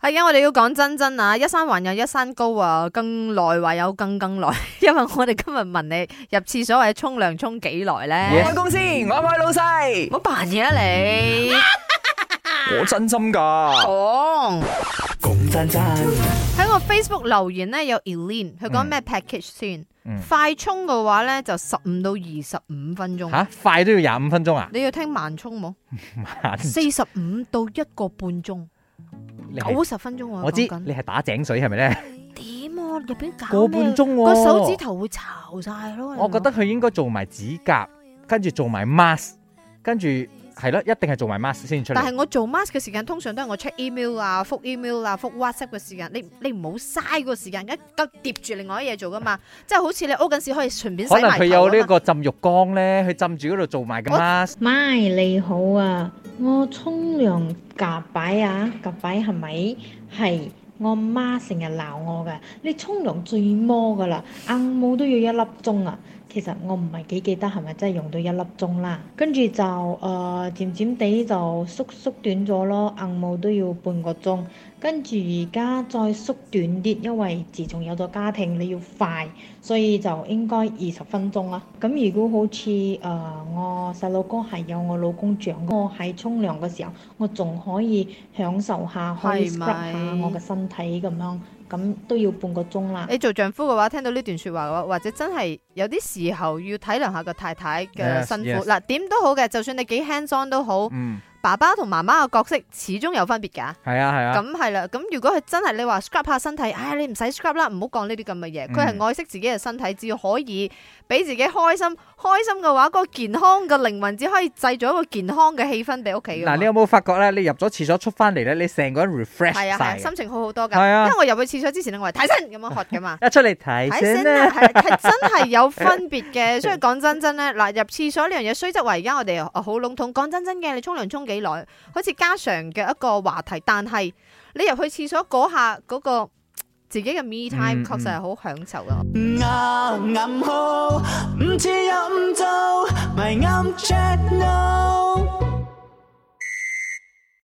係啊，我哋要講真真啊，一山還有一山高啊，更耐還有更更耐。 因為我哋今日問你入廁所或者沖涼沖幾耐咧？開公司，我開老細唔，好扮嘢啊你！我真心噶。講講真真，喺我 Facebook 留言咧有 Eileen，佢講咩 package 先？嗯快沖嘅話咧就十五到二十五分鐘，吓快都要廿五分鐘啊？ 你要聽慢沖冇？慢四十五到一個半鐘，你係九十分鐘啊我知講緊你係打井水係 咪咧？點啊？入邊搞個咩半鐘喎，個手指頭會巢晒咯。我覺得佢應該做埋指甲，跟住做埋 mask，跟住係咯，一定係做埋 mask 先出但嚟。係我做 mask 嘅時間通常都係我 check email 啊、覆 email 啊、覆 WhatsApp 嘅時間，你你唔好嘥個時間，一急疊住另外一嘢做噶嘛，即係好似你屙緊屎可以順便洗可能埋佢頭有啊呢嘛個浸浴缸咧，佢浸住嗰度做埋個我 mask。咪你好啊！我沖涼夾擺啊，夾擺係咪係我媽成日鬧我㗎？你沖涼最魔㗎啦，硬冇都要一粒鐘啊！其實我唔係幾記得係咪真係用到一粒鐘啦，跟住就誒、呃、漸漸地就縮縮短咗咯，硬冇都要半個鐘，跟住而家再縮短啲，因為自從有咗家庭，你要快。所以就應該二十分鐘啦。咁如果好似誒、呃我細佬哥係有我老公掌控，我喺沖涼嘅時候，我仲可以享受下，可以係 scrub 咪下我嘅身體咁樣，咁都要半個鐘啦。你做丈夫嘅話，聽到呢段説話嘅話，或者真係有啲時候要體諒下個太太嘅 Yes, 辛苦。 yes. 嗱點都好嘅，就算你幾 hands on 都好，嗯，爸爸同媽媽嘅角色始終有分別㗎。係啊係啊，咁係啦，咁如果佢真係你話 scrub 下身體，唉，你唔使 scrub 啦，唔好講呢啲咁嘅嘢。嗯佢係愛惜自己嘅身體，只要可以俾自己開心，開心嘅話，嗰個健康嘅靈魂只可以製造一個健康嘅氣氛俾屋企㗎嘛。嗱，你有冇發覺咧？你入咗廁所出翻嚟咧，你成個人 refresh 係啊係啊，晒嘅，心情好好多㗎。係啊因為我入去廁所之前咧，我係睇身咁樣喝㗎嘛。一出嚟睇睇先啊先啦啦，。係係真 係有分別嘅，所以講真真咧，嗱入廁所呢樣嘢，雖則話而家我哋好籠統，講真真嘅，你沖涼沖幾耐，好似家常嘅一個話題，但係你入去廁所嗰下嗰個自己嘅 me 嗯 time 嗯確實係好享受咯。啱啱好，唔知飲酒，咪啱 check no。